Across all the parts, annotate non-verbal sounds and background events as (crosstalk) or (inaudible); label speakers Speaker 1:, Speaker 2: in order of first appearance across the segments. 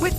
Speaker 1: With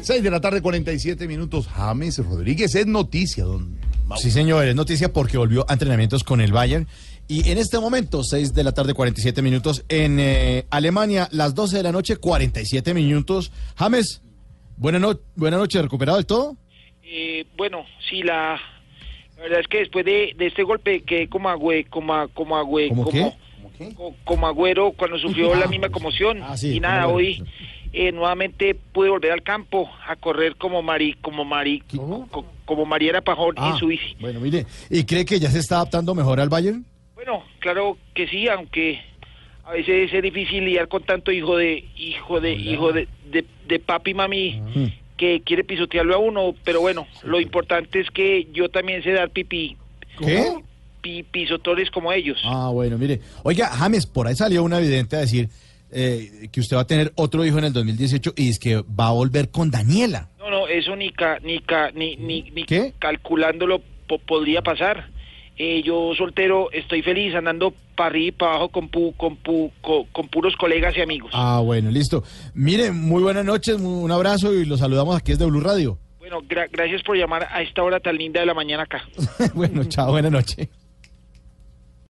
Speaker 2: 6 de la tarde, 47 minutos. James Rodríguez es noticia, don. Mauro.
Speaker 3: Sí, señor, es noticia porque volvió a entrenamientos con el Bayern. Y en este momento, 6 de la tarde, 47 minutos. En eh, Alemania, las 12 de la noche, 47 minutos. James, buena, no- buena noche, ¿recuperado del todo?
Speaker 4: Eh, bueno, sí, la, la verdad es que después de, de este golpe quedé como, agüe, como, a- como, agüe,
Speaker 3: ¿Cómo
Speaker 4: como,
Speaker 3: qué?
Speaker 4: co- como agüero cuando sufrió la misma conmoción.
Speaker 3: Ah, sí,
Speaker 4: y nada,
Speaker 3: como
Speaker 4: hoy
Speaker 3: agüero.
Speaker 4: eh, nuevamente pude volver al campo a correr como Mari, como Mari,
Speaker 3: ¿Cómo?
Speaker 4: co- como Mariera Pajón en su bici.
Speaker 3: Ah, bueno, mire, ¿y cree que ya se está adaptando mejor al Bayern?
Speaker 4: Bueno, claro que sí, aunque a veces es difícil lidiar con tanto hijo de hijo de hijo de, de, de papi y mami
Speaker 3: Ah.
Speaker 4: que quiere pisotearlo a uno, pero bueno, lo importante es que yo también sé dar pipí
Speaker 3: ¿Qué?
Speaker 4: pi- pisotores como ellos.
Speaker 3: Ah, bueno, mire. Oiga, James, por ahí salió una evidente a decir eh, que usted va a tener otro hijo en el 2018 y es que va a volver con Daniela.
Speaker 4: No, no, eso ni ca- ni ca- ni, ni, ni
Speaker 3: ¿Qué?
Speaker 4: calculándolo po- podría pasar. Eh, yo soltero estoy feliz andando para arriba y para abajo con pu- con, pu- co- con puros colegas y amigos.
Speaker 3: Ah, bueno, listo. Mire, muy buenas noches, mu- un abrazo y los saludamos aquí desde Blue Radio.
Speaker 4: Bueno, gra- gracias por llamar a esta hora tan linda de la mañana acá.
Speaker 3: (laughs) bueno, chao, buenas noches.